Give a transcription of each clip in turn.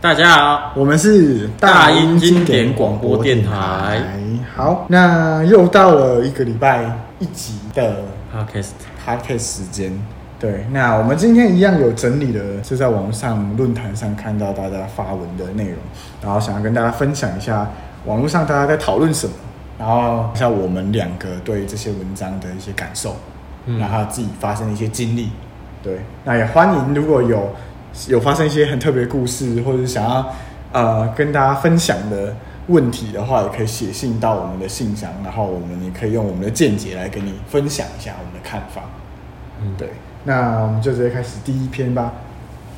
大家好，我们是大英经典广播电台。好，那又到了一个礼拜一集的 Podcast， podcast 时间。对，那我们今天一样有整理了，就在网上论坛上看到大家发文的内容，然后想要跟大家分享一下网络上大家在讨论什么，然后像我们两个对这些文章的一些感受，嗯然后自己发生的一些经历。对，那也欢迎如果有有发生一些很特别的故事，或者是想要呃跟大家分享的问题的话，也可以写信到我们的信箱，然后我们也可以用我们的见解来跟你分享一下我们的看法。嗯，对，那我们就直接开始第一篇吧。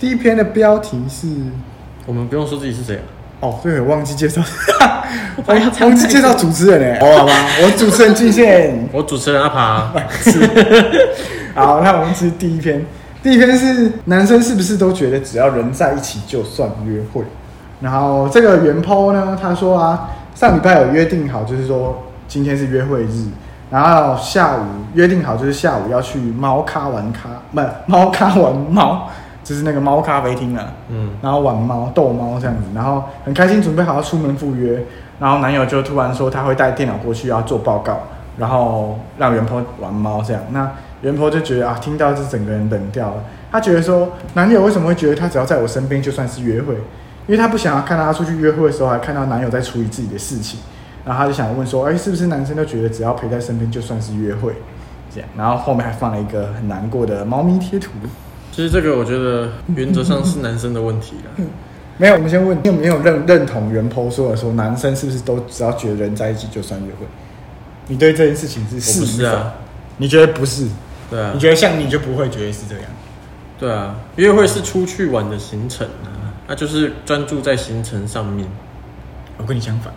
第一篇的标题是……我们不用说自己是谁啊，哦，对，忘记介绍，不要这样 忘记介绍主持人嘞、哦，好吧，我主持人俊 宪。我主持人阿爬，啊 好，那我们是第一篇，第一篇是男生是不是都觉得只要人在一起就算约会？然后这个原 po 呢，他说啊，上礼拜有约定好，就是说今天是约会日，然后下午约定好就是下午要去猫咖玩咖，不猫咖玩猫，就是那个猫咖啡厅啊。嗯，然后玩猫逗猫这样子，然后很开心，准备好要出门赴约，然后男友就突然说他会带电脑过去要做报告，然后让袁婆玩猫这样，那袁婆就觉得啊，听到这整个人冷掉了，她觉得说男友为什么会觉得他只要在我身边就算是约会，因为她不想要看到她出去约会的时候还看到男友在处理自己的事情，然后她就想问说，哎，是不是男生都觉得只要陪在身边就算是约会？这样，然后后面还放了一个很难过的猫咪贴图。其实这个我觉得原则上是男生的问题啊啦。没有，我们先问你有没有认认同原 po 说的说男生是不是都只要觉得人在一起就算约会？你对这件事情是是我不是与否啊？你觉得不是？对啊你，觉得像你就不会觉得是这样？对啊，约会是出去玩的行程啊，那就是专注在行程上面。我跟你相反，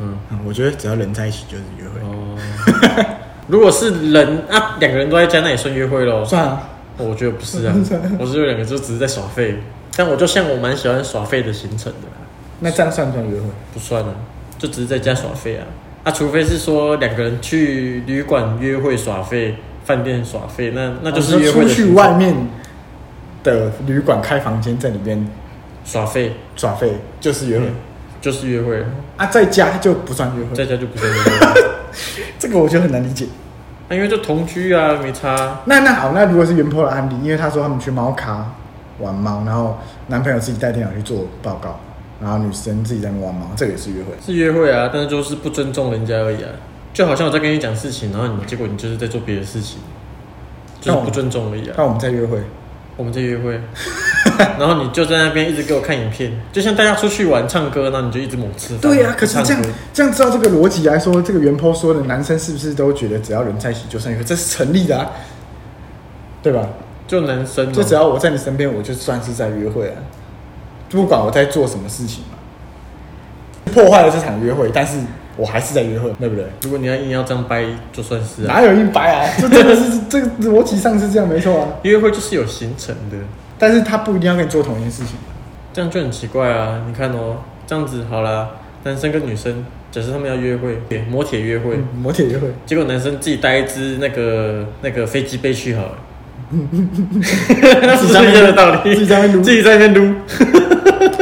嗯，嗯，我觉得只要人在一起就是约会，哦， 如果是人啊，两个人都在家，那也算约会喽。算啊。我觉得不 是啊，我觉得两个就只是在耍废。但我就像我蛮喜欢耍废的行程的啊、那这样算不算约会？不算啊，就只是在家耍废啊。啊，除非是说两个人去旅馆约会耍废，饭店耍废，那那就是约会哦出的行去程外面的旅馆开房间在里面耍废，耍废就是约会、就是约会，啊，在家就不算约嗯在会。家就不算约会。 这个我就很难理解。那、因为就同居啊，没差啊。那那好，那如果是原 po 的案例，因为他说他们去猫咖玩猫，然后男朋友自己带电脑去做报告，然后女生自己在那边玩猫，这个也是约会。是约会啊，但是就是不尊重人家而已啊。就好像我在跟你讲事情，然后你结果你就是在做别的事情，就那是我不尊重而已啊。那我们在约会，我们在约会，然后你就在那边一直给我看影片，就像大家出去玩唱歌，那你就一直猛吃饭。对呀、啊可是唱这样歌这样，照这个逻辑来说，这个原 po 说的男生是不是都觉得只要人在一起就算约会，这是成立的啊，对吧？就男生嘛就只要我在你身边，我就算是在约会啊，不管我在做什么事情嘛，破坏了这场约会，但是我还是在约会，对不对？如果你要硬要这样掰，就算是啊。哪有硬掰啊？这真的是这个逻辑上是这样没错啊，约会就是有行程的，但是他不一定要跟你做同一件事情。这样就很奇怪啊！你看哦，这样子好啦，男生跟女生，假设他们要约会，对摩铁约会，嗯，摩铁约会，结果男生自己带一只那个那个飞机杯去 好了，是不是一样的道理？自己在那边 撸自己在那边撸，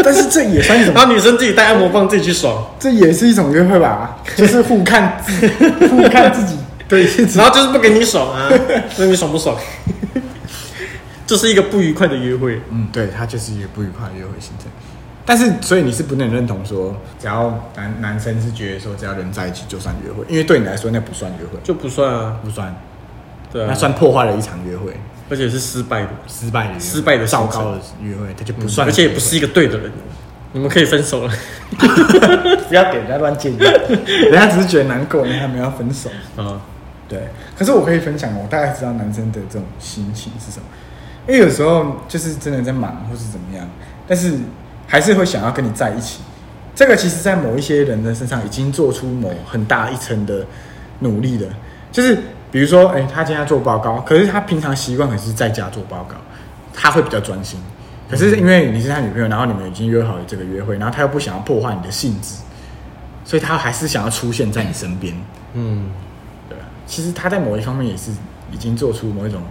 但是这也算一种然，后女生自己带按摩棒自己去爽， 这也是一种约会吧？就是互看自互看自己对自己然后就是不给你爽啊，那你爽不爽？ 这是一个不愉快的约会，嗯，对，他就是一个不愉快的约会行程。但是，所以你是不能认同说，只要男男生是觉得说，只要人在一起就算约会，因为对你来说那不算约会，就不算啊，不算，对啊，那，算破坏了一场约会，而且是失败的。失败的约嗯会失败的行糟程糕的约会，他就不算、而且也不是一个对的人，你们可以分手了。不要给人家乱建议， 人家只是觉得难过，人家还没有要分手。啊，对，可是我可以分享，我大概知道男生的这种心情是什么，因为有时候就是真的在忙或是怎么样，但是还是会想要跟你在一起。这个其实，在某一些人的身上已经做出某很大一层的努力了，就是比如说，哎、他今天要做报告，可是他平常习惯可是在家做报告，他会比较专心。可是因为你是他女朋友，然后你们已经约好了这个约会，然后他又不想要破坏你的性质，所以他还是想要出现在你身边。嗯，对啊，其实他在某一方面也是已经做出某一种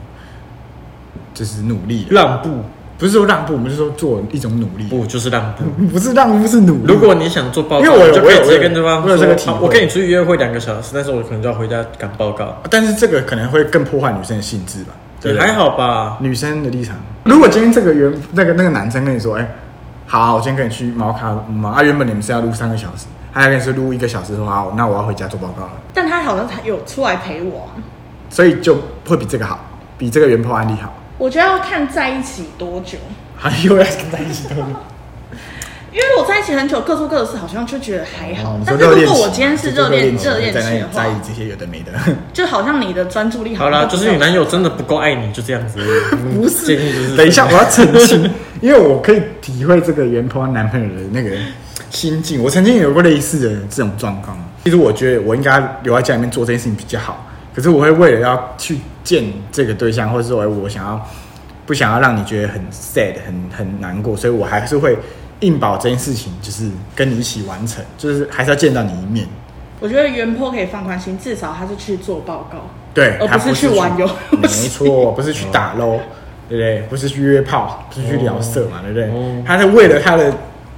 就是努力了，让步，不是说让步，我们是说做一种努力。不就是让步？不是让步，是努力。如果你想做报告，因为我有你就可以直我有接跟对方我有说，这个体会啊我跟你出去约会两个小时，但是我可能就要回家赶报告。但是这个可能会更破坏女生的性质吧？对也不对还好吧，女生的立场。如果今天这个原那个那个男生跟你说，哎、好、我今天跟你去毛卡嘛，啊，原本你们是要录三个小时，他还跟你说录一个小时，说好，那我要回家做报告了，但他好像才有出来陪我啊、所以就会比这个好，比这个原破案例好，我觉得要看在一起多久， 还有要跟在一起多久？因为我在一起很久，各做各的事，好像就觉得还好。哦你说但是热恋如期果我今天是热恋热恋在那期里的话在，意这些有的没 的，就好像你的专注力好啦，像就是你男友真的不够爱你，就这样子。 不是，建议就是等一下我要 澄清，因为我可以体会这个原破案男朋友的那个心境，我曾经也有过类似的这种状况。其实我觉得我应该留在家里面做这件事情比较好，可是我会为了要去见这个对象，或者说哎我想要不想要让你觉得很 sad 很很难过，所以我还是会硬保这件事情就是跟你一起完成，就是还是要见到你一面。我觉得原坡可以放宽心，至少他是去做报告。对，而他不是去玩游戏 没错，不是去打喽，对不对？不是去约炮，不是去聊色嘛，对不对哦？他是为了他的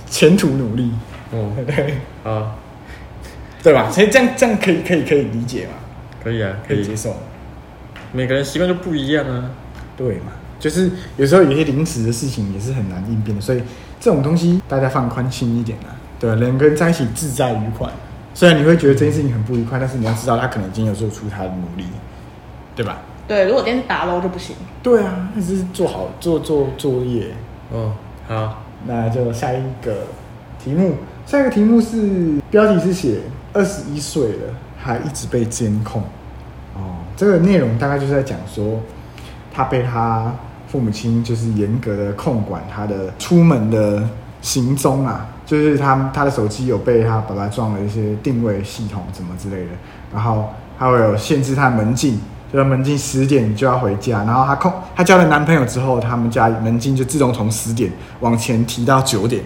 前途努力，嗯，对好，对吧？所以这样这样可以可以可以理解嘛，可以啊，可可以接以。受，每个人习惯就不一样啊。对嘛？就是有时候有些临时的事情也是很难应变的，所以这种东西大家放宽心一点啊，对吧？人跟人在一起自在愉快，虽然你会觉得这件事情很不愉快，但是你要知道他可能已经有做出他的努力，对吧？对，如果今天是打捞就不行。对啊，那只是做好做做作业。哦，好，那就下一个题目，下一个题目是标题是写二十一岁了还一直被监控。哦，这个内容大概就是在讲说，他被他父母亲就是严格的控管他的出门的行踪啊，就是他他的手机有被他爸爸装了一些定位系统什么之类的，然后他会有限制他的门禁，就是门禁十点就要回家，然后他控他交了男朋友之后，他们家门禁就自动从十点往前提到九点，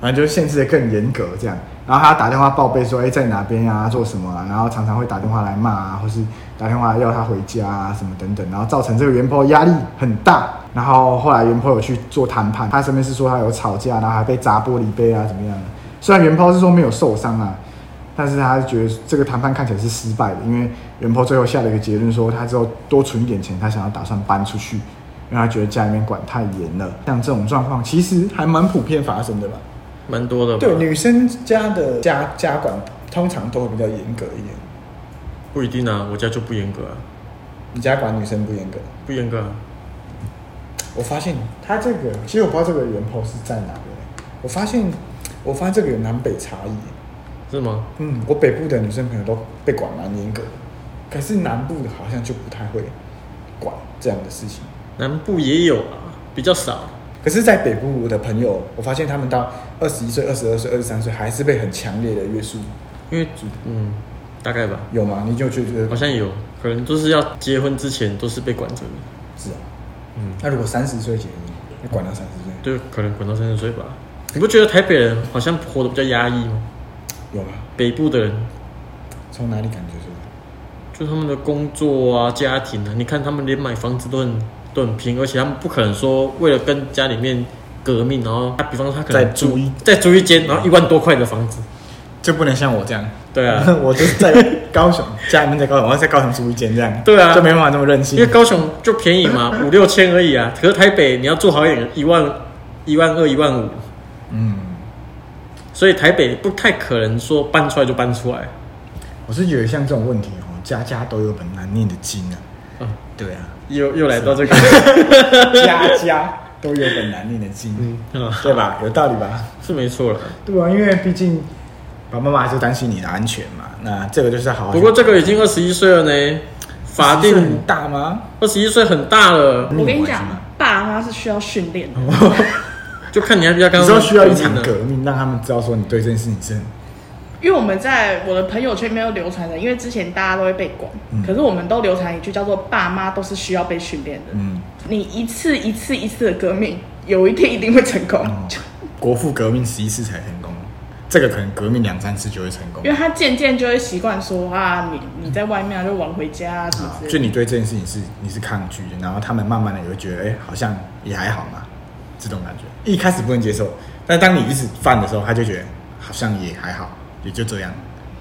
然后就限制的更严格这样。然后他打电话报备说，哎、在哪边啊，做什么啊？然后常常会打电话来骂啊，或是打电话要他回家啊，什么等等。然后造成这个袁坡压力很大。然后后来袁坡有去做谈判，他身边是说他有吵架，然后还被砸玻璃杯啊，怎么样的。虽然袁坡是说没有受伤啊，但是他觉得这个谈判看起来是失败的，因为袁坡最后下了一个结论说，他之后多存一点钱，他想要打算搬出去，因为他觉得家里面管太严了。像这种状况其实还蛮普遍发生的吧。蛮多的吧。对，女生家的家家管通常都会比较严格一点。不一定啊，我家就不严格啊，你家管女生不严格？不严格啊。我发现他这个，其实我不知道这个源头是在哪里。我发现，我发现这个有南北差异。是吗？嗯，我北部的女生朋友都被管蛮严格的，可是南部的好像就不太会管这样的事情。南部也有啊，比较少。可是，在北部的朋友，我发现他们到二十一岁、二十二岁、二十三岁，还是被很强烈的约束，因为主嗯，大概吧，有吗？你就觉得好像有，可能就是要结婚之前都是被管着的，是啊。嗯，那如果三十岁结婚，你管到三十岁，就可能管到三十岁吧。你不觉得台北人好像活得比较压抑吗？有吗？北部的人从哪里感觉出来？就他们的工作啊、家庭啊，你看他们连买房子都很都很拼，而且他们不可能说为了跟家里面革命，然后他啊比方说他可能再租一再租一间，然后一万多块的房子，就不能像我这样，对 啊我就是在高雄，家里面在高雄，我在高雄租一间这 样，对啊就没办法这么任因为性。高雄就便宜嘛， 五六千而已啊。可是台北你要住好一点，一万、一万二、一万五，嗯，所以台北不太可能说搬出来就搬出来。我是觉得像这种问题哦，家家都有本难念的经啊。啊，对啊，又又来到这个，家家都有本难念的经，嗯 啊对吧？有道理吧？是没错了。对啊，因为毕竟爸爸妈妈就担心你的安全嘛。那这个就是好好。不过这个已经二十一岁了呢，法是很定大 吗？二十一岁很大了，我跟你嗯我还讲是吗，爸妈是需要训练的。就看你要不要你刚说刚需要一啊场革命，让他们知道说你对这件事情是很因为我们在我的朋友圈没有流传的，因为之前大家都会被管，嗯可是我们都流传一句叫做“爸妈都是需要被训练的”嗯你一次一次一次的革命，有一天一定会成功，哦，国父革命十一次才成功，这个可能革命两三次就会成功 因。为他渐渐就会习惯说啊，你你在外面啊，就晚回家啊，什么啊之类的。就你对这件事情是你是抗拒的，然后他们慢慢的也会觉得，哎、好像也还好嘛，这种感觉。一开始不能接受，但当你一直犯的时候，他就觉得好像也还好，也就这样，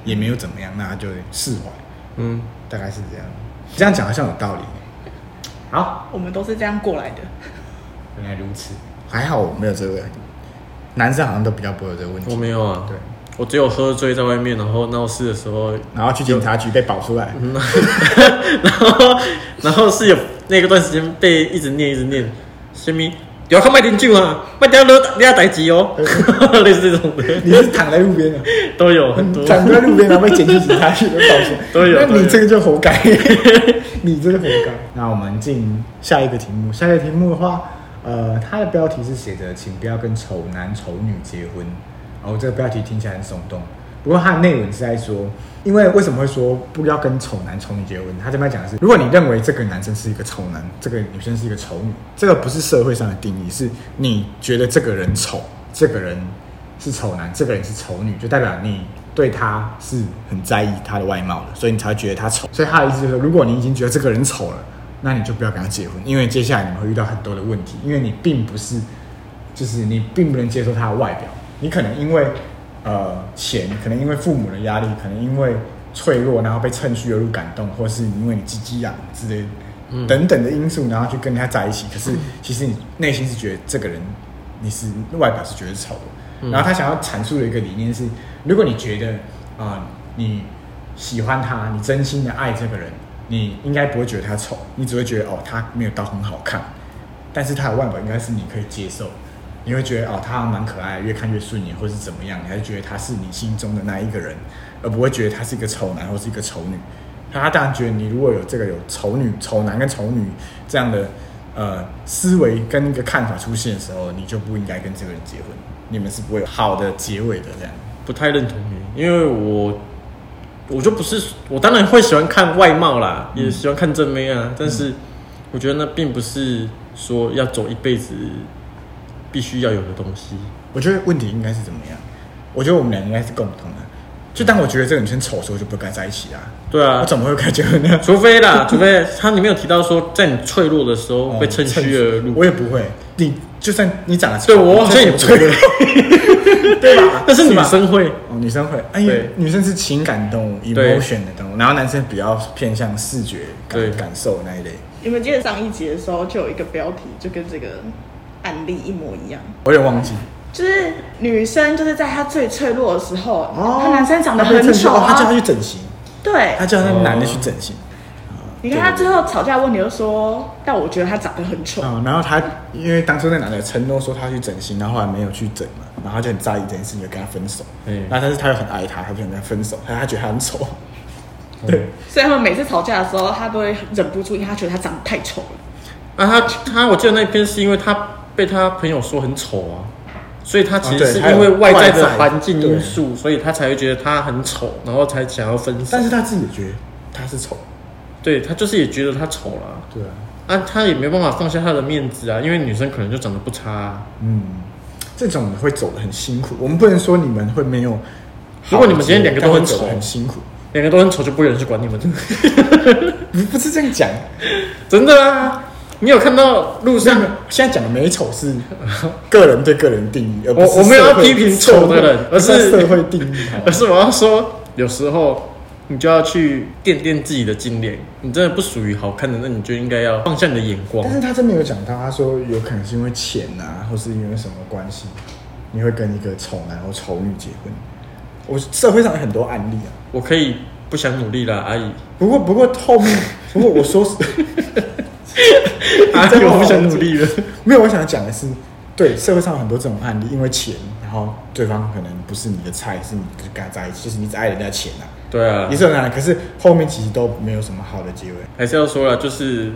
也没有怎么样，那他就会释怀，嗯，大概是这样。这样讲好像有道理。好，我们都是这样过来的。原来如此，还好我没有这个，男生好像都比较不会有这个问题。我没有啊，对，我只有喝醉在外面，然后闹事的时候，然后去警察局被保出来，嗯 然后然后是有那个段时间被一直念一直念，什么不要看麦田酒啊，麦田都不要逮鸡哦， 类似这种的你是躺在路边的，都有很多。躺在嗯路边然后被捡去警察局被保出来，都有那都你有这个就活 该，你这个活该。那我们进下一个题目，下一个题目的话，呃，它的标题是写着“请不要跟丑男丑女结婚”，哦，这个标题听起来很耸动。不过它的内文是在说，因为为什么会说不要跟丑男丑女结婚？他这边讲的是，如果你认为这个男生是一个丑男，这个女生是一个丑女，这个不是社会上的定义，是你觉得这个人丑，这个人是丑男，这个人是丑女，就代表你对他是很在意他的外貌的，所以你才会觉得他丑。所以他的意思就是说，如果你已经觉得这个人丑了，那你就不要跟他结婚，因为接下来你们会遇到很多的问题，因为你并不是，就是你并不能接受他的外表，你可能因为呃钱，可能因为父母的压力，可能因为脆弱，然后被趁虚而入感动，或是因为你鸡鸡痒之类的。嗯等等的因素，然后去跟他在一起，可是其实你内心是觉得这个人你是外表是觉得丑的，嗯然后他想要阐述的一个理念是：如果你觉得啊、你喜欢他，你真心的爱这个人，你应该不会觉得他丑，你只会觉得哦，他没有到很好看，但是他的外表应该是你可以接受，你会觉得哦，他还蛮可爱，越看越顺眼，或是怎么样，你还是觉得他是你心中的那一个人，而不会觉得他是一个丑男或是一个丑女。他当然觉得你如果有这个有丑女、丑男跟丑女这样的呃思维跟一个看法出现的时候，你就不应该跟这个人结婚，你们是不会有好的结尾的这样。不太认同你，因为我我就不是我当然会喜欢看外貌啦，也喜欢看正妹啊，但是我觉得那并不是说要走一辈子必须要有的东西。我觉得问题应该是怎么样？我觉得我们俩应该是共同的。就当我觉得这个女生丑的时候，我就不该在一起啊！对啊我，怎么会该结婚呢？除非啦，除非它里面有提到说，在你脆弱的时哦候 被趁虚而入。我也不会。你就算你长得丑，对我好像也不不会，会， 对吧？但是女吧生会。哦，女生会，哎、因为对女生是情感动物对，emotion 的动物，然后男生比较偏向视觉对感感受那一类。你们记得上一集的时候就有一个标题，就跟这个案例一模一样，我有点忘记，就是女生就是在她最脆弱的时候，哦她男生长得他被很趁虚丑哦他叫他啊，去整形，对他，叫那男的去整形，你看她最后吵架的问题就说，但我觉得她长得很丑，嗯，然后他因为当初那男的承诺说他去整形，然后后来没有去整嘛，然后他就很在意这件事情，就跟他分手。嗯那但是他又很爱他，他就想跟他分手，他他觉得他 很丑，所以他们每次吵架的时候，她都会忍不住，因为她觉得她长得太丑了。啊，他他我记得那篇是因为他被他朋友说很丑啊，所以他其啊对实是还有因为外在外的在环境因素，所以他才会觉得他很丑，然后才想要分手但。是他自己也觉得他是丑，对他就是也觉得他丑了对啊，啊，他也没办法放下他的面子啊，因为女生可能就长得不差、啊。嗯，这种会走得很辛苦，我们不能说你们会没有如好的结果。果你们今天两个都很丑但会走得很辛苦，两个都很丑，就不会有人去管你们， 不不是这样讲，真的啊！你有看到路不是上，现在讲的美丑 是个人对个人定义，而不我是我没有社要会批评丑的人社会 而是社会定义。好吗 而是我要说，有时候你就要去掂掂自己的斤两。你真的不属于好看的，那你就应该要放下你的眼光但。是他真的有讲到，他说有可能是因为钱啊，或是因为什么关系，你会跟一个丑男或丑女结婚。我社会上有很多案例啊，我可以不想努力了，阿姨。不过不过后面，不过我说是阿 这姨，样我好不想了努力了。没有，我想讲的是，对社会上有很多这种案例，因为钱，然后对方可能不是你的菜，是你不是跟他在一起，就是你只爱人家钱啊，对啊也，是很难。可是后面其实都没有什么好的结尾。还是要说了，就是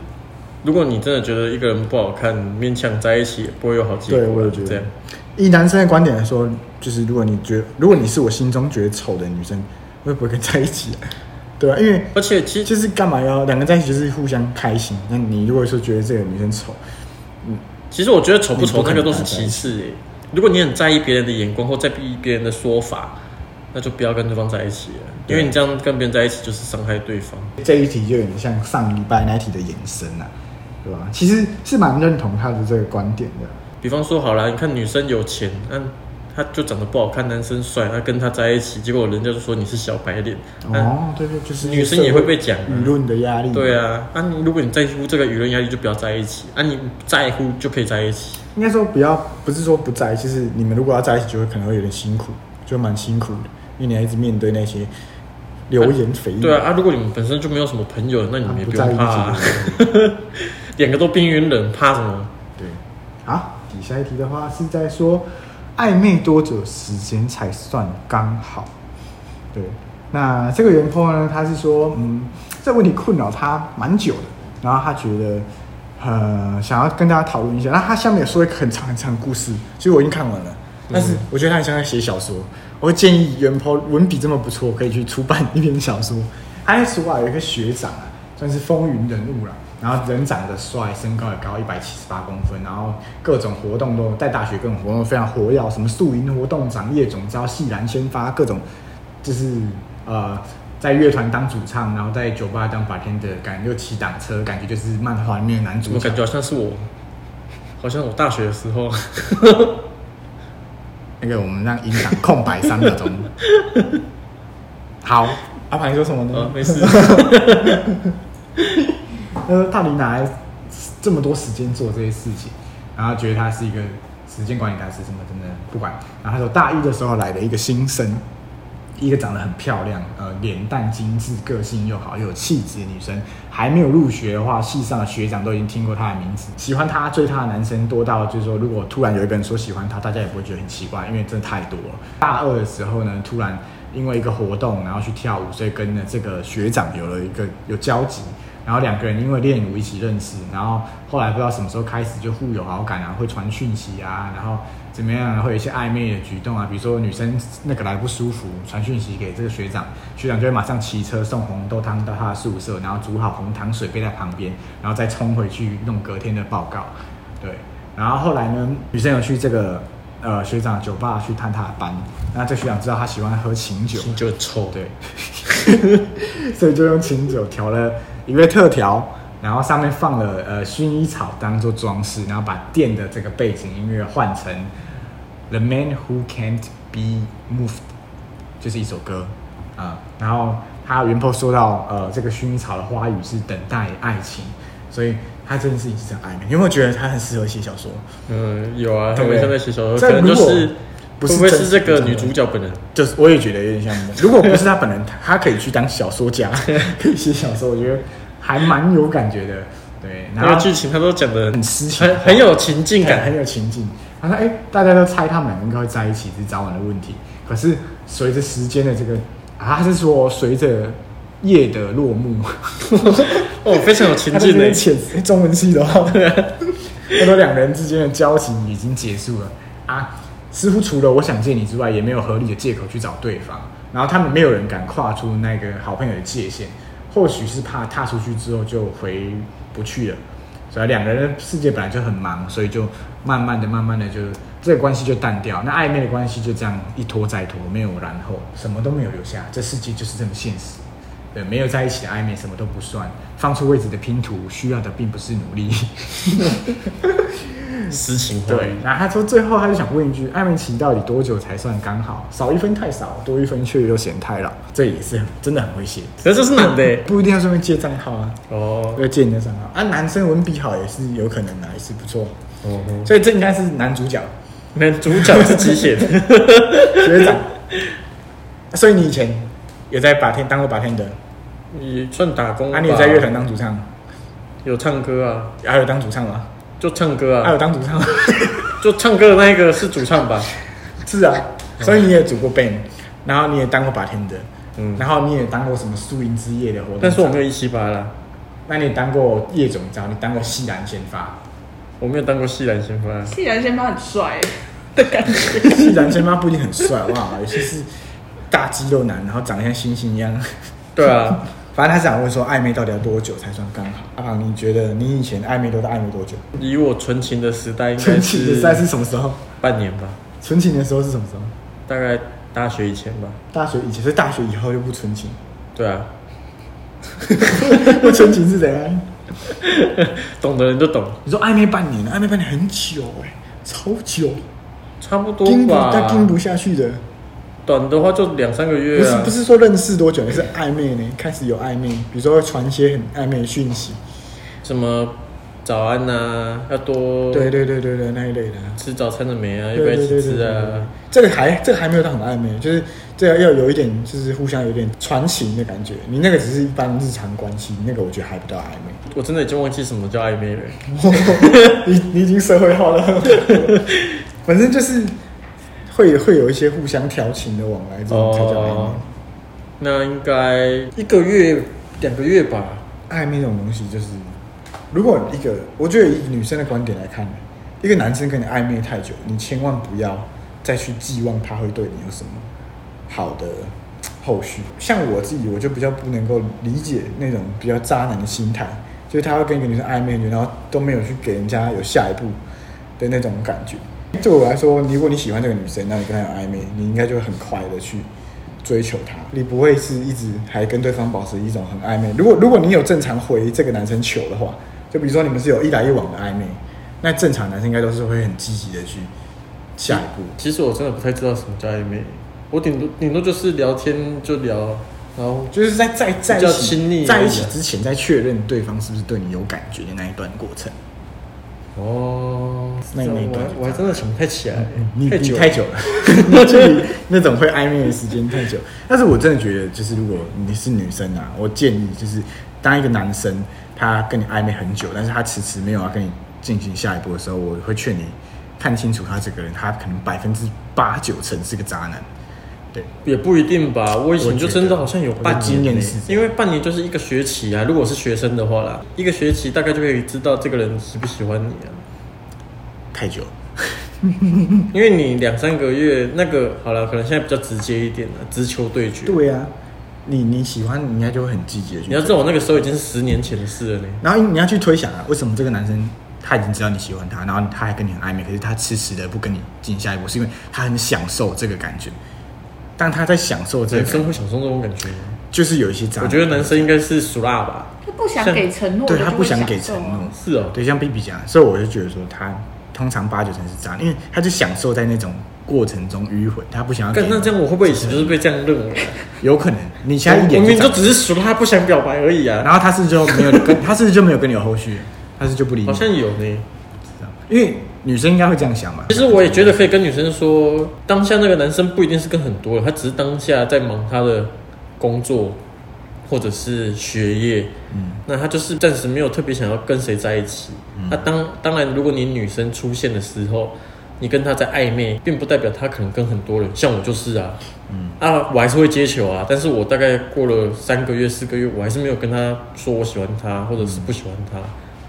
如果你真的觉得一个人不好看，勉强在一起也不会有好结果。对，我也觉这得样。。以男生的观点来说，就是如果你觉如果你是我心中觉得丑的女生，我也不会跟在一起、啊，对吧、因为而且其实就是干嘛要两个在一起，就是互相开心。那你如果说觉得这个女生丑，其实我觉得丑不你不丑可那能个都是其次诶、如果你很在意别人的眼光或在意别人的说法，那就不要跟对方在一起了，因为你这样跟别人在一起就是伤害对方。这一题就有点像上礼拜那一题的延伸啊，对吧、其实是蛮认同他的这个观点的。比方说好啦，你看女生有钱，那、她就长得不好看，男生帅，她跟他在一起，结果人家就说你是小白脸。啊哦，对对，就是女生也会被讲啊舆论的压力。对，啊，啊你如果你在乎这个舆论压力，就不要在一起；啊你在乎就可以在一起。应该说不要，不是说不在意，就是你们如果要在一起，就会可能会有点辛苦，就蛮辛苦的，因为你要一直面对那些流言蜚语。对啊，啊如果你们本身就没有什么朋友，那你们也嗯不在用意怕啊自己。 两个都边缘人，怕什么？对，好，底下一题的话是在说暧昧多久时间才算刚好？对，那这个原 po 呢，他是说，嗯，这问题困扰他蛮久的，然后他觉得，呃，想要跟大家讨论一下。那他下面有说一个很长很长的故事，其实我已经看完了，但是我觉得他很像在写小说。我会建议原 po 文笔这么不错，可以去出版一篇小说。他在苏瓦有一个学长啊，算是风云人物了。然后人长得帅，身高也高，一百七十八公分，然后各种活动都在大学各种活动都非常活跃，什么宿营活动、长夜总招、系篮先发各种，就是呃在乐团当主唱，然后在酒吧当 bartender，感觉就骑挡车，感觉就是漫画里面的男怎主么角感。觉好像是我？好像我大学的时 候，那个我们让音响空白三秒 钟。好，阿盘你说什么呢？啊，没事。呃，到底哪来这么多时间做这些事情？然后觉得他是一个时间管理大师，什么真的不管。然后他说大一的时候来的一个新生，一个长得很漂亮，呃，脸蛋精致，个性又好又有气质的女生，还没有入学的话，系上的学长都已经听过她的名字，喜欢她、追她的男生多到就是说，如果突然有一个人说喜欢她，大家也不会觉得很奇怪，因为真的太多了。大二的时候呢，突然因为一个活动，然后去跳舞，所以跟了这个学长有了一个有交集。然后两个人因为练舞一起认识，然后后来不知道什么时候开始就互有好感啊，会传讯息啊，然后怎么样，会有一些暧昧的举动啊，比如说女生那个来不舒服，传讯息给这个学长，学长就会马上骑车送红豆汤到他的宿舍，然后煮好红糖水备在旁边，然后再冲回去弄隔天的报告，对，然后后来呢，女生有去这个呃学长的酒吧去探他的班，那这学长知道他喜欢喝琴酒，就臭，对， 所以就用清酒调了一味特调，然后上面放了呃薰衣草当做装饰，然后把店的这个背景音乐换成 The Man Who Can't Be Moved，就是一首歌啊、然后他原 po 说到呃这个薰衣草的花语是等待爱情，所以他真的是一直在暧昧。你有没有觉得他很适合写小说？嗯，有啊，他对不们对现在写小说，这可能就如果是不会是不会真是实这个的啊女主角本人？就是我也觉得有点像。如果不是他本人，他可以去当小说家，可以写小说，我觉得还蛮有感觉的。对，然那个后剧情他都讲的很诗情啊很很有情境感 感。很有情境。他说：“哎、大家都猜他们两个应该会在一起，只是早晚的问题。可是随着时间的这个，啊，他是说随着夜的落幕，哦，非常有情他在这境边呢。浅诶中文系的话，啊 他说两人之间的交情已经结束了啊，似乎除了我想见你之外，也没有合理的借口去找对方。然后他们没有人敢跨出那个好朋友的界限，或许是怕踏出去之后就回不去了。所以两个人的世界本来就很忙，所以就慢慢的、慢慢的就这个关系就淡掉，那暧昧的关系就这样一拖再拖，没有然后，什么都没有留下。这世界就是这么现实。对，没有在一起的暧昧什么都不算，放出位置的拼图需要的并不是努力。诗情画 对意，，然后他说最后他就想问一句：暧昧期到底多久才算刚好？少一分太少，多一分却又嫌太老。这也是很真的很会写，可是这是男的欸耶不一定要顺便借账号啊，哦要借你的账号啊。男生文笔好也是有可能啊，也是不错。哦，哦所以这应该是男主角 男主角自己写的，学长。 所以你以前有在把天当过把天的，也算打工吧。啊，你有在乐团当主唱，有唱歌啊，还、啊、有当主唱吗？就唱歌还、啊、有啊，当主唱吗。就唱歌的那一个是主唱 吧？是啊，所以你也组过 band，然后你也当过 bartender，嗯然后你也当过什么宿营之夜的活动，但是我没有，一七八啦，那你也当过夜总招，你当过西兰先发， 我没有当过西兰先发。既然先发很帅的感觉，西兰先发不一定很帅，好不好？尤其是大肌肉男，然后长得像猩猩一样。对啊， 反正他想问说，暧昧到底要多久才算刚好？阿胖，你觉得你以前暧昧都在暧昧多久？以我纯情的时代，应该纯情的是时代是什么时候？半年吧，纯情的时候是什么时候？大概大学以前吧。大学以前，所以大学以后就不 纯情。对啊，嗯不纯情是怎样？懂的人就懂。你说暧昧半年，暧昧半年很久哎、超久，差不多盯不吧。但盯不下去的，短的话就两三个不月是啊。不是说认识多久，是暧昧呢，开始有暧昧，比如说会传一些很暧昧的讯息，什么早安呐、要多对对对对对那一类的啊。吃早餐了没啊？要对不要对一对起对吃对啊？这个还这个还没有到很暧昧，就是这个要有一点就是互相有点传情的感觉。你那个只是一般日常关系，那个我觉得还不到暧昧。我真的已经忘记什么叫暧昧了。 你你已经社会化了， 反正就是会会有一些互相调情的往来，这种才叫暧昧哦。，那应该一个月、两个月吧。暧昧这种东西就是，如果一个我觉得以女生的观点来看，一个男生跟你暧昧太久，你千万不要再去寄望他会对你有什么好的后续。像我自己，我就比较不能够理解那种比较渣男的心态，就是他会跟一个女生暧昧，然后都没有去给人家有下一步的那种感觉。对我来说，如果你喜欢这个女生，那你跟她有暧昧，你应该就会很快的去追求她，你不会是一直还跟对方保持一种很暧昧。如果如果你有正常回这个男生球的话，就比如说你们是有一来一往的暧昧，那正常男生应该都是会很积极的去下一步。其实我真的不太知道什么叫暧昧，我顶多顶多就是聊天就聊，然后就是在在在比一较起亲密而已啊在一起之前，在确认对方是不是对你有感觉的那一段过程，哦，那这样那我段还我还真的想不太起来，你太你久太了久 了，你距离那种会暧昧的时间太久。但是我真的觉得，就是如果你是女生啊，我建议就是当一个男生他跟你暧昧很久，但是他迟迟没有要跟你进行下一步的时候，我会劝你看清楚他这个人，他可能百分之八九成是个渣男。对，也不一定吧。我以前我觉就得真的好像有半我的经年验呢是这因为半年就是一个学期啊。如果是学生的话啦，一个学期大概就可以知道这个人喜不喜欢你啊。太久了。因为你两三个月那个好了，可能现在比较直接一点了，直球对决。对啊，你你喜欢，你应该就会很积极的去。你要知道，我那个时候已经是十年前的事了呢。然后你要去推想啊，为什么这个男生他已经知道你喜欢他，然后他还跟你很暧昧，可是他迟迟的不跟你进下一步，是因为他很享受这个感觉。但他在享受这男个感生觉，会享受这种感觉吗？就是有一些渣我男。觉得男生应该是熟辣吧。他不想给承诺，对就他会不想给承享受啊诺，是哦对，像 B B 讲的，所以我就觉得说他通常八九成是渣男，因为他就享受在那种过程中迂回，他不想要给干你。那这样我会不会以前就是被这样认为啊？有可能你现在一我眼明明长就只是熟辣，不想表白而已啊。然后他是不是就没有跟，他是不是就没有跟你有后续，他是不是就不理你，好像有呢。因为女生应该会这样想吧？其实我也觉得可以跟女生说，当下那个男生不一定是跟很多人，他只是当下在忙他的工作或者是学业，嗯那他就是暂时没有特别想要跟谁在一起。那当当然，如果你女生出现的时候，你跟他在暧昧，并不代表他可能跟很多人，像我就是啊，嗯啊，我还是会接球啊，但是我大概过了三个月、四个月，我还是没有跟他说我喜欢他，或者是嗯不喜欢他。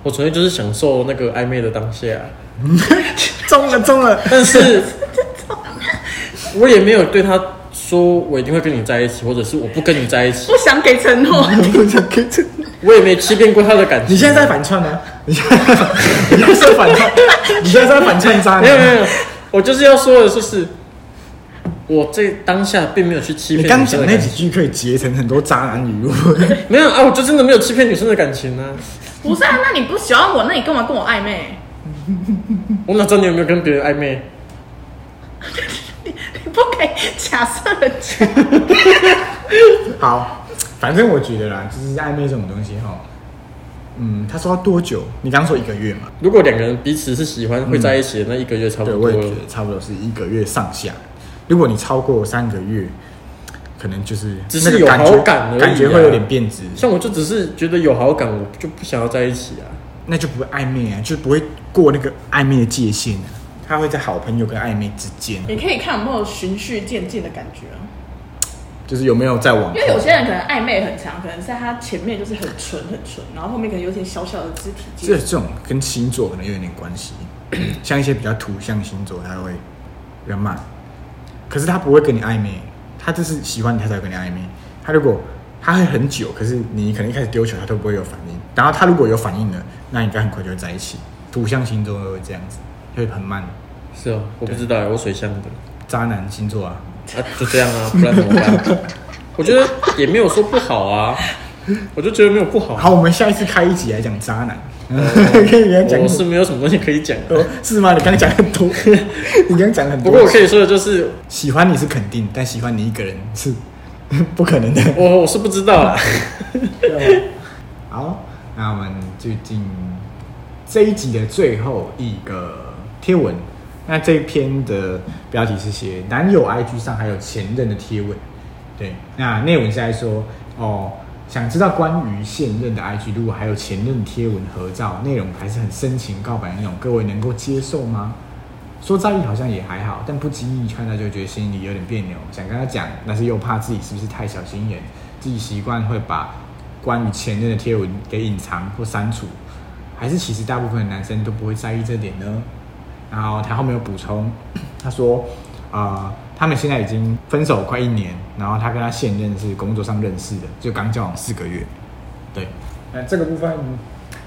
我纯粹就是享受那个暧昧的当下、啊中了中了，但 是我也没有对他说我一定会跟你在一起，或者是我不跟你在一起，不想给承 诺，我想跟这，我也没欺骗过他的感情。你现在在反串吗？你现在在反你现在在反串，你现在在反串渣没有没有没男吗？有，我就是要说的就是，我这当下并没有去欺你骗刚女生的讲那感几情，句可以结成很多渣男 语录，没有啊，我就真的没有欺骗女生的感情啊。不是啊？那你不喜欢我，那你干嘛跟我暧昧？我哪知道你有没有跟别人暧昧？你不可以假设人家，好，反正我觉得啦，就是暧昧这种东西哈，嗯，他说要多久？你刚说一个月嘛？如果两个人彼此是喜欢会在一起的，那一个月差不对，多我也了觉。得差不多是一个月上下。如果你超过三个月，可能就是只是那个有感觉好感而已啊感觉会有点变质，像我就只是觉得有好感，我就不想要在一起啊。那就不会暧昧啊，就不会过那个暧昧的界限啊。他会在好朋友跟暧昧之间，啊你可以看有没有循序渐进的感觉啊。就是有没有在往后因为有些人可能暧昧很长，可能在他前面就是很纯很纯，然后后面可能有点小小的肢体接这触。这种跟星座可能有点关系， 像一些比较土象星座，他会比较慢，可是他不会跟你暧昧，他就是喜欢你，他才会跟你暧昧。他如果他会很久，可是你可能一开始丢球，他都不会有反应。然后他如果有反应了，那你应该很快就会在一起。土象星座都会这样子，会很慢。是哦，我不知道，我水象的渣男星座啊，啊，就这样啊，不然怎么办？ 我觉得也没有说不好啊，我就觉得没有不好。好，我们下一次开一集来讲渣男。哦 跟人家讲我是没有什么东西可以讲的。是吗？你刚讲很多， 你刚讲很哦不多。过我可以说的就是，喜欢你是肯定，但喜欢你一个人是 不可能的。我我是不知道啦。啊好，那我们就进这一集的最后一个贴文。那这一篇的标题是写男友 IG 上还有前任的贴文，对，那内文是在说哦，想知道关于现任的 IG 如果还有前任贴文合照，内容还是很深情告白的那种，各位能够接受吗？说在意好像也还好，但不经意看到就觉得心里有点别扭，想跟他讲，但是又怕自己是不是太小心眼，自己习惯会把关于前任的贴文给隐藏或删除，还是其实大部分的男生都不会在意这点呢？然后他后面有补充，他说，呃，他们现在已经分手快一年，然后他跟他现任是工作上认识的，就刚交往四个月，对，那这个部分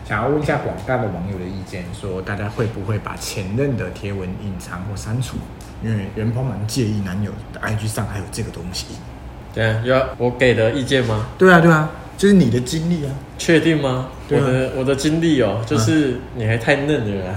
想要问一下广大的网友的意见，说大家会不会把前任的贴文隐藏或删除？因为元芳蛮介意男友的 IG 上还有这个东西。 对啊，要我给的意见吗？对啊，对啊，就是你的经历啊。确定吗？我对啊嗯的我的经历哦，就是你还太嫩了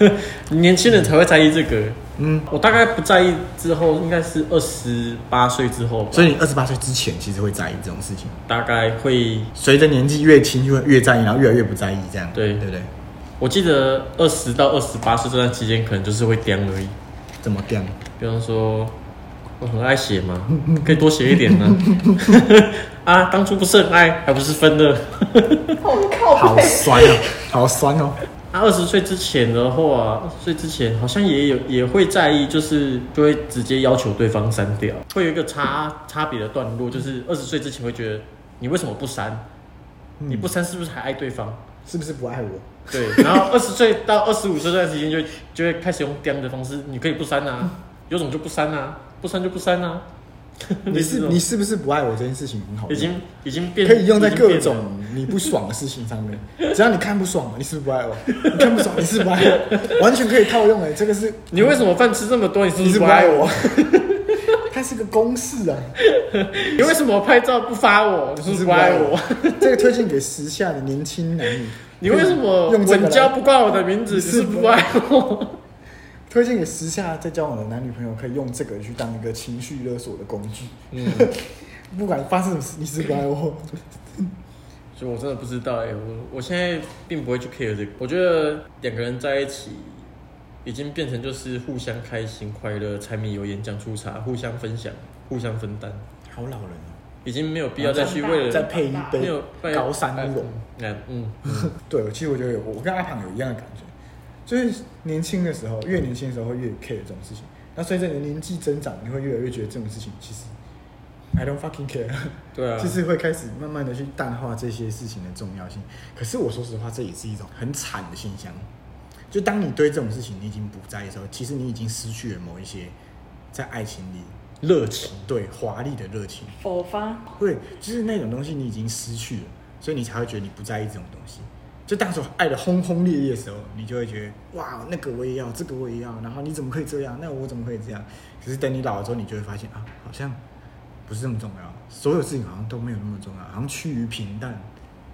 啦， 年轻人才会在意这个。嗯，我大概不在意之后，应该是二十八岁之后吧，所以你二十八岁之前其实会在意这种事情，大概会随着年纪越轻就会越在意，然后越来越不在意这样。对对不对？我记得二十到二十八岁这段期间，可能就是会颠而已。怎么样？比方说，我很爱写嘛，可以多写一点呢、 啊。当初不是很爱，还不是分了。我靠好背， 酸哦，好酸哦。啊，二十岁之前的话，二十岁之前好像也有也会在意，就是就会直接要求对方删掉，会有一个差差别的段落，就是二十岁之前会觉得你为什么不删？嗯你不删是不是还爱对方？ 是不是不爱我？对，然后二十岁到二十五岁这段时间就会就会开始用刁的方式，你可以不删啊，有种就不删啊，不删就不删啊。 你是哦类你似是不是不爱我这件事情很好这种已用？经已经变可以用在已经变各了种你不爽的事情上面。只要你看不爽，你是不是不爱我？你看不爽，你是不是不爱我？完全可以套用哎、这个是你为什么饭吃这么多？你是不你是哦是不不爱爱我我？？ 它是个公式啊，你为什么拍照不发我？你是不是不爱我？？这个推荐给时下的年轻男女。你为什么用这个文来交不挂我的名字？你是不爱我？推荐给时下在交往的男女朋友，可以用这个去当一个情绪勒索的工具。嗯， 不管发生什么事，你是哦不爱我，所以我真的不知道哎、我我现在并不会去 care 这个。我觉得两个人在一起，已经变成就是互相开心、快乐、柴米油盐酱醋茶，互相分享、互相分担，好老人、哦已经没有必要再去长大为了啊再配一没杯有高山乌龙。哎嗯，对，其实我觉得有，我跟阿胖有一样的感觉，就是年轻的时候，越年轻的时候会越 care 这种事情。那随着你的年纪增长，你会越来越觉得这种事情其实 I don't fucking care，对啊 就是会开始慢慢的去淡化这些事情的重要性。可是我说实话，这也是一种很惨的现象。就当你对这种事情你已经不在意的时候，其实你已经失去了某一些在爱情里热情。对华丽的热情。否发对，就是那种东西你已经失去了，所以你才会觉得你不在意这种东西。就当时候爱的轰轰烈烈的时候，你就会觉得哇，那个我也要，这个我也要，然后你怎么可以这样？那我怎么可以这样？可是等你老了之后，你就会发现啊，好像不是那么重要，所有事情好像都没有那么重要，好像趋于平淡。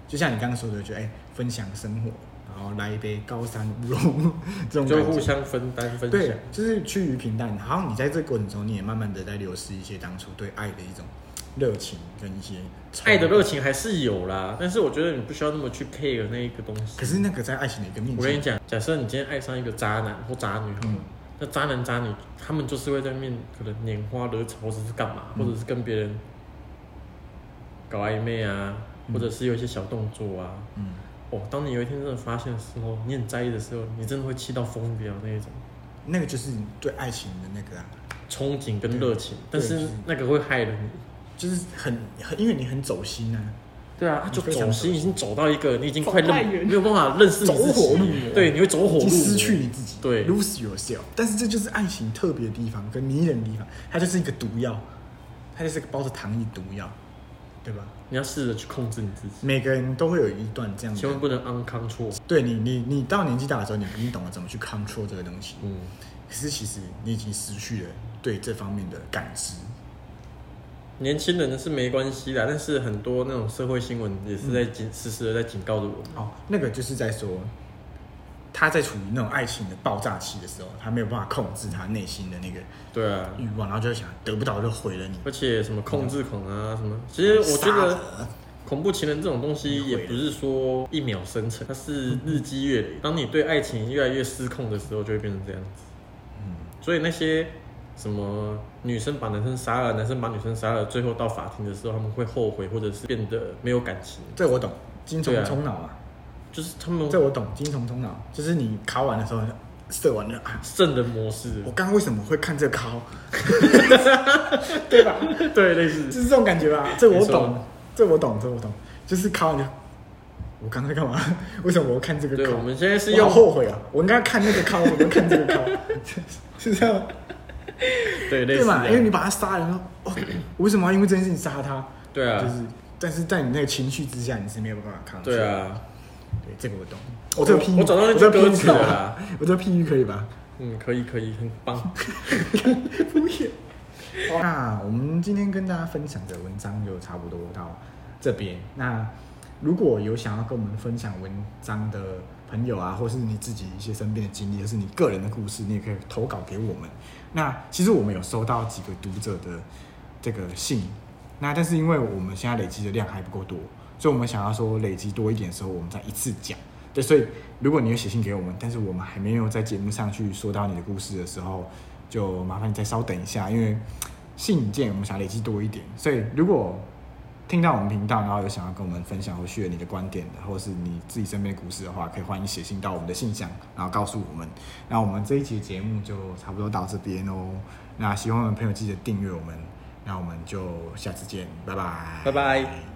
就像你刚刚说的，觉得哎，分享生活，然后来一杯高山乌龙这种感就觉互相分担分对享。，就是趋于平淡。好像你在这个过程中，你也慢慢的在流失一些当初对爱的一种热情跟一些冲爱的热。情还是有啦，但是我觉得你不需要那么去 care 那一个东西。可是那个在爱情的一个面我跟你前，讲，假设你今天爱上一个渣男或渣女，嗯那渣男渣女他们就是会在面可能拈花惹草，或者是干嘛，嗯或者是跟别人搞暧昧啊，嗯或者是有一些小动作啊。嗯，哦，当你有一天真的发现的时候，你很在意的时候，你真的会气到疯掉那一种那个就是对爱情的那个啊，憧憬跟热情，但对是是那个会害了你。就是很很，因为你很走心啊。对啊，就非走常心已经走到一个你已经快走太认远没有办法认识你走自己火入了魔对，你会走火已入经魔，失去你自己，对，lose yourself。但是这就是爱情特别的地方，跟迷人的地方，它就是一个毒药，它就是一个包着糖衣的毒药，对吧？你要试着去控制你自己，每个人都会有一段这样千万的，不能 uncontrol。对你，你你到年纪大的时候，你已经懂得怎么去 control 这个东西，嗯，可是其实你已经失去了对这方面的感知，年轻人是没关系啦，但是很多那种社会新闻也是在嗯警、时时的在警告着我们。哦，那个就是在说，他在处于那种爱情的爆炸期的时候，他没有办法控制他内心的那个对啊，欲望，然后就会想得不到就毁了你。而且什么控制狂啊，嗯什么，其实我觉杀得了恐怖情人这种东西也不是说一秒生成，它是日积月累。当你对爱情越来越失控的时候，就会变成这样子。嗯所以那些什么女生把男生杀了，男生把女生杀了，最后到法庭的时候，他们会后悔，或者是变得没有感情，这我懂，精对啊虫充脑嘛，就是他们这我懂，精虫充脑就是你考完的时候射完了啊，圣人模式。我刚刚为什么会看这考？ 对吧？对，类似就是这种感觉吧？这我没错懂，这我懂，这我懂，就是考完就我刚刚在干嘛？ 为什么我看这个对，考我？们现在是我好用后悔啊！我应该看那个考，我怎么看这个考？ 是这样吗？对类对似嘛？这因为样你把他杀了，然后 哦，我为什么要因为这件事情杀他？对啊就是，但是在你那个情绪之下，你是没有办法抗拒。对，啊，对这个我懂。我这个譬喻，我找到那我这句个譬歌喻词可以了吧啦？我这个譬喻可以吧？嗯，可以可以，很棒。敷衍。那我们今天跟大家分享的文章就差不多到这边。那如果有想要跟我们分享文章的朋友啊，或是你自己一些身边的经历，或是你个人的故事，你也可以投稿给我们。那其实我们有收到几个读者的这个信，那但是因为我们现在累积的量还不够多，所以我们想要说累积多一点的时候，我们再一次讲。对，所以如果你有写信给我们，但是我们还没有在节目上去说到你的故事的时候，就麻烦你再稍等一下，因为信件我们想累积多一点，所以如果听到我们频道，然后有想要跟我们分享或学你的观点的，或是你自己身边的故事的话，可以欢迎写信到我们的信箱，然后告诉我们。那我们这一期节目就差不多到这边哦。那喜欢我们的朋友记得订阅我们，那我们就下次见，拜拜，拜拜。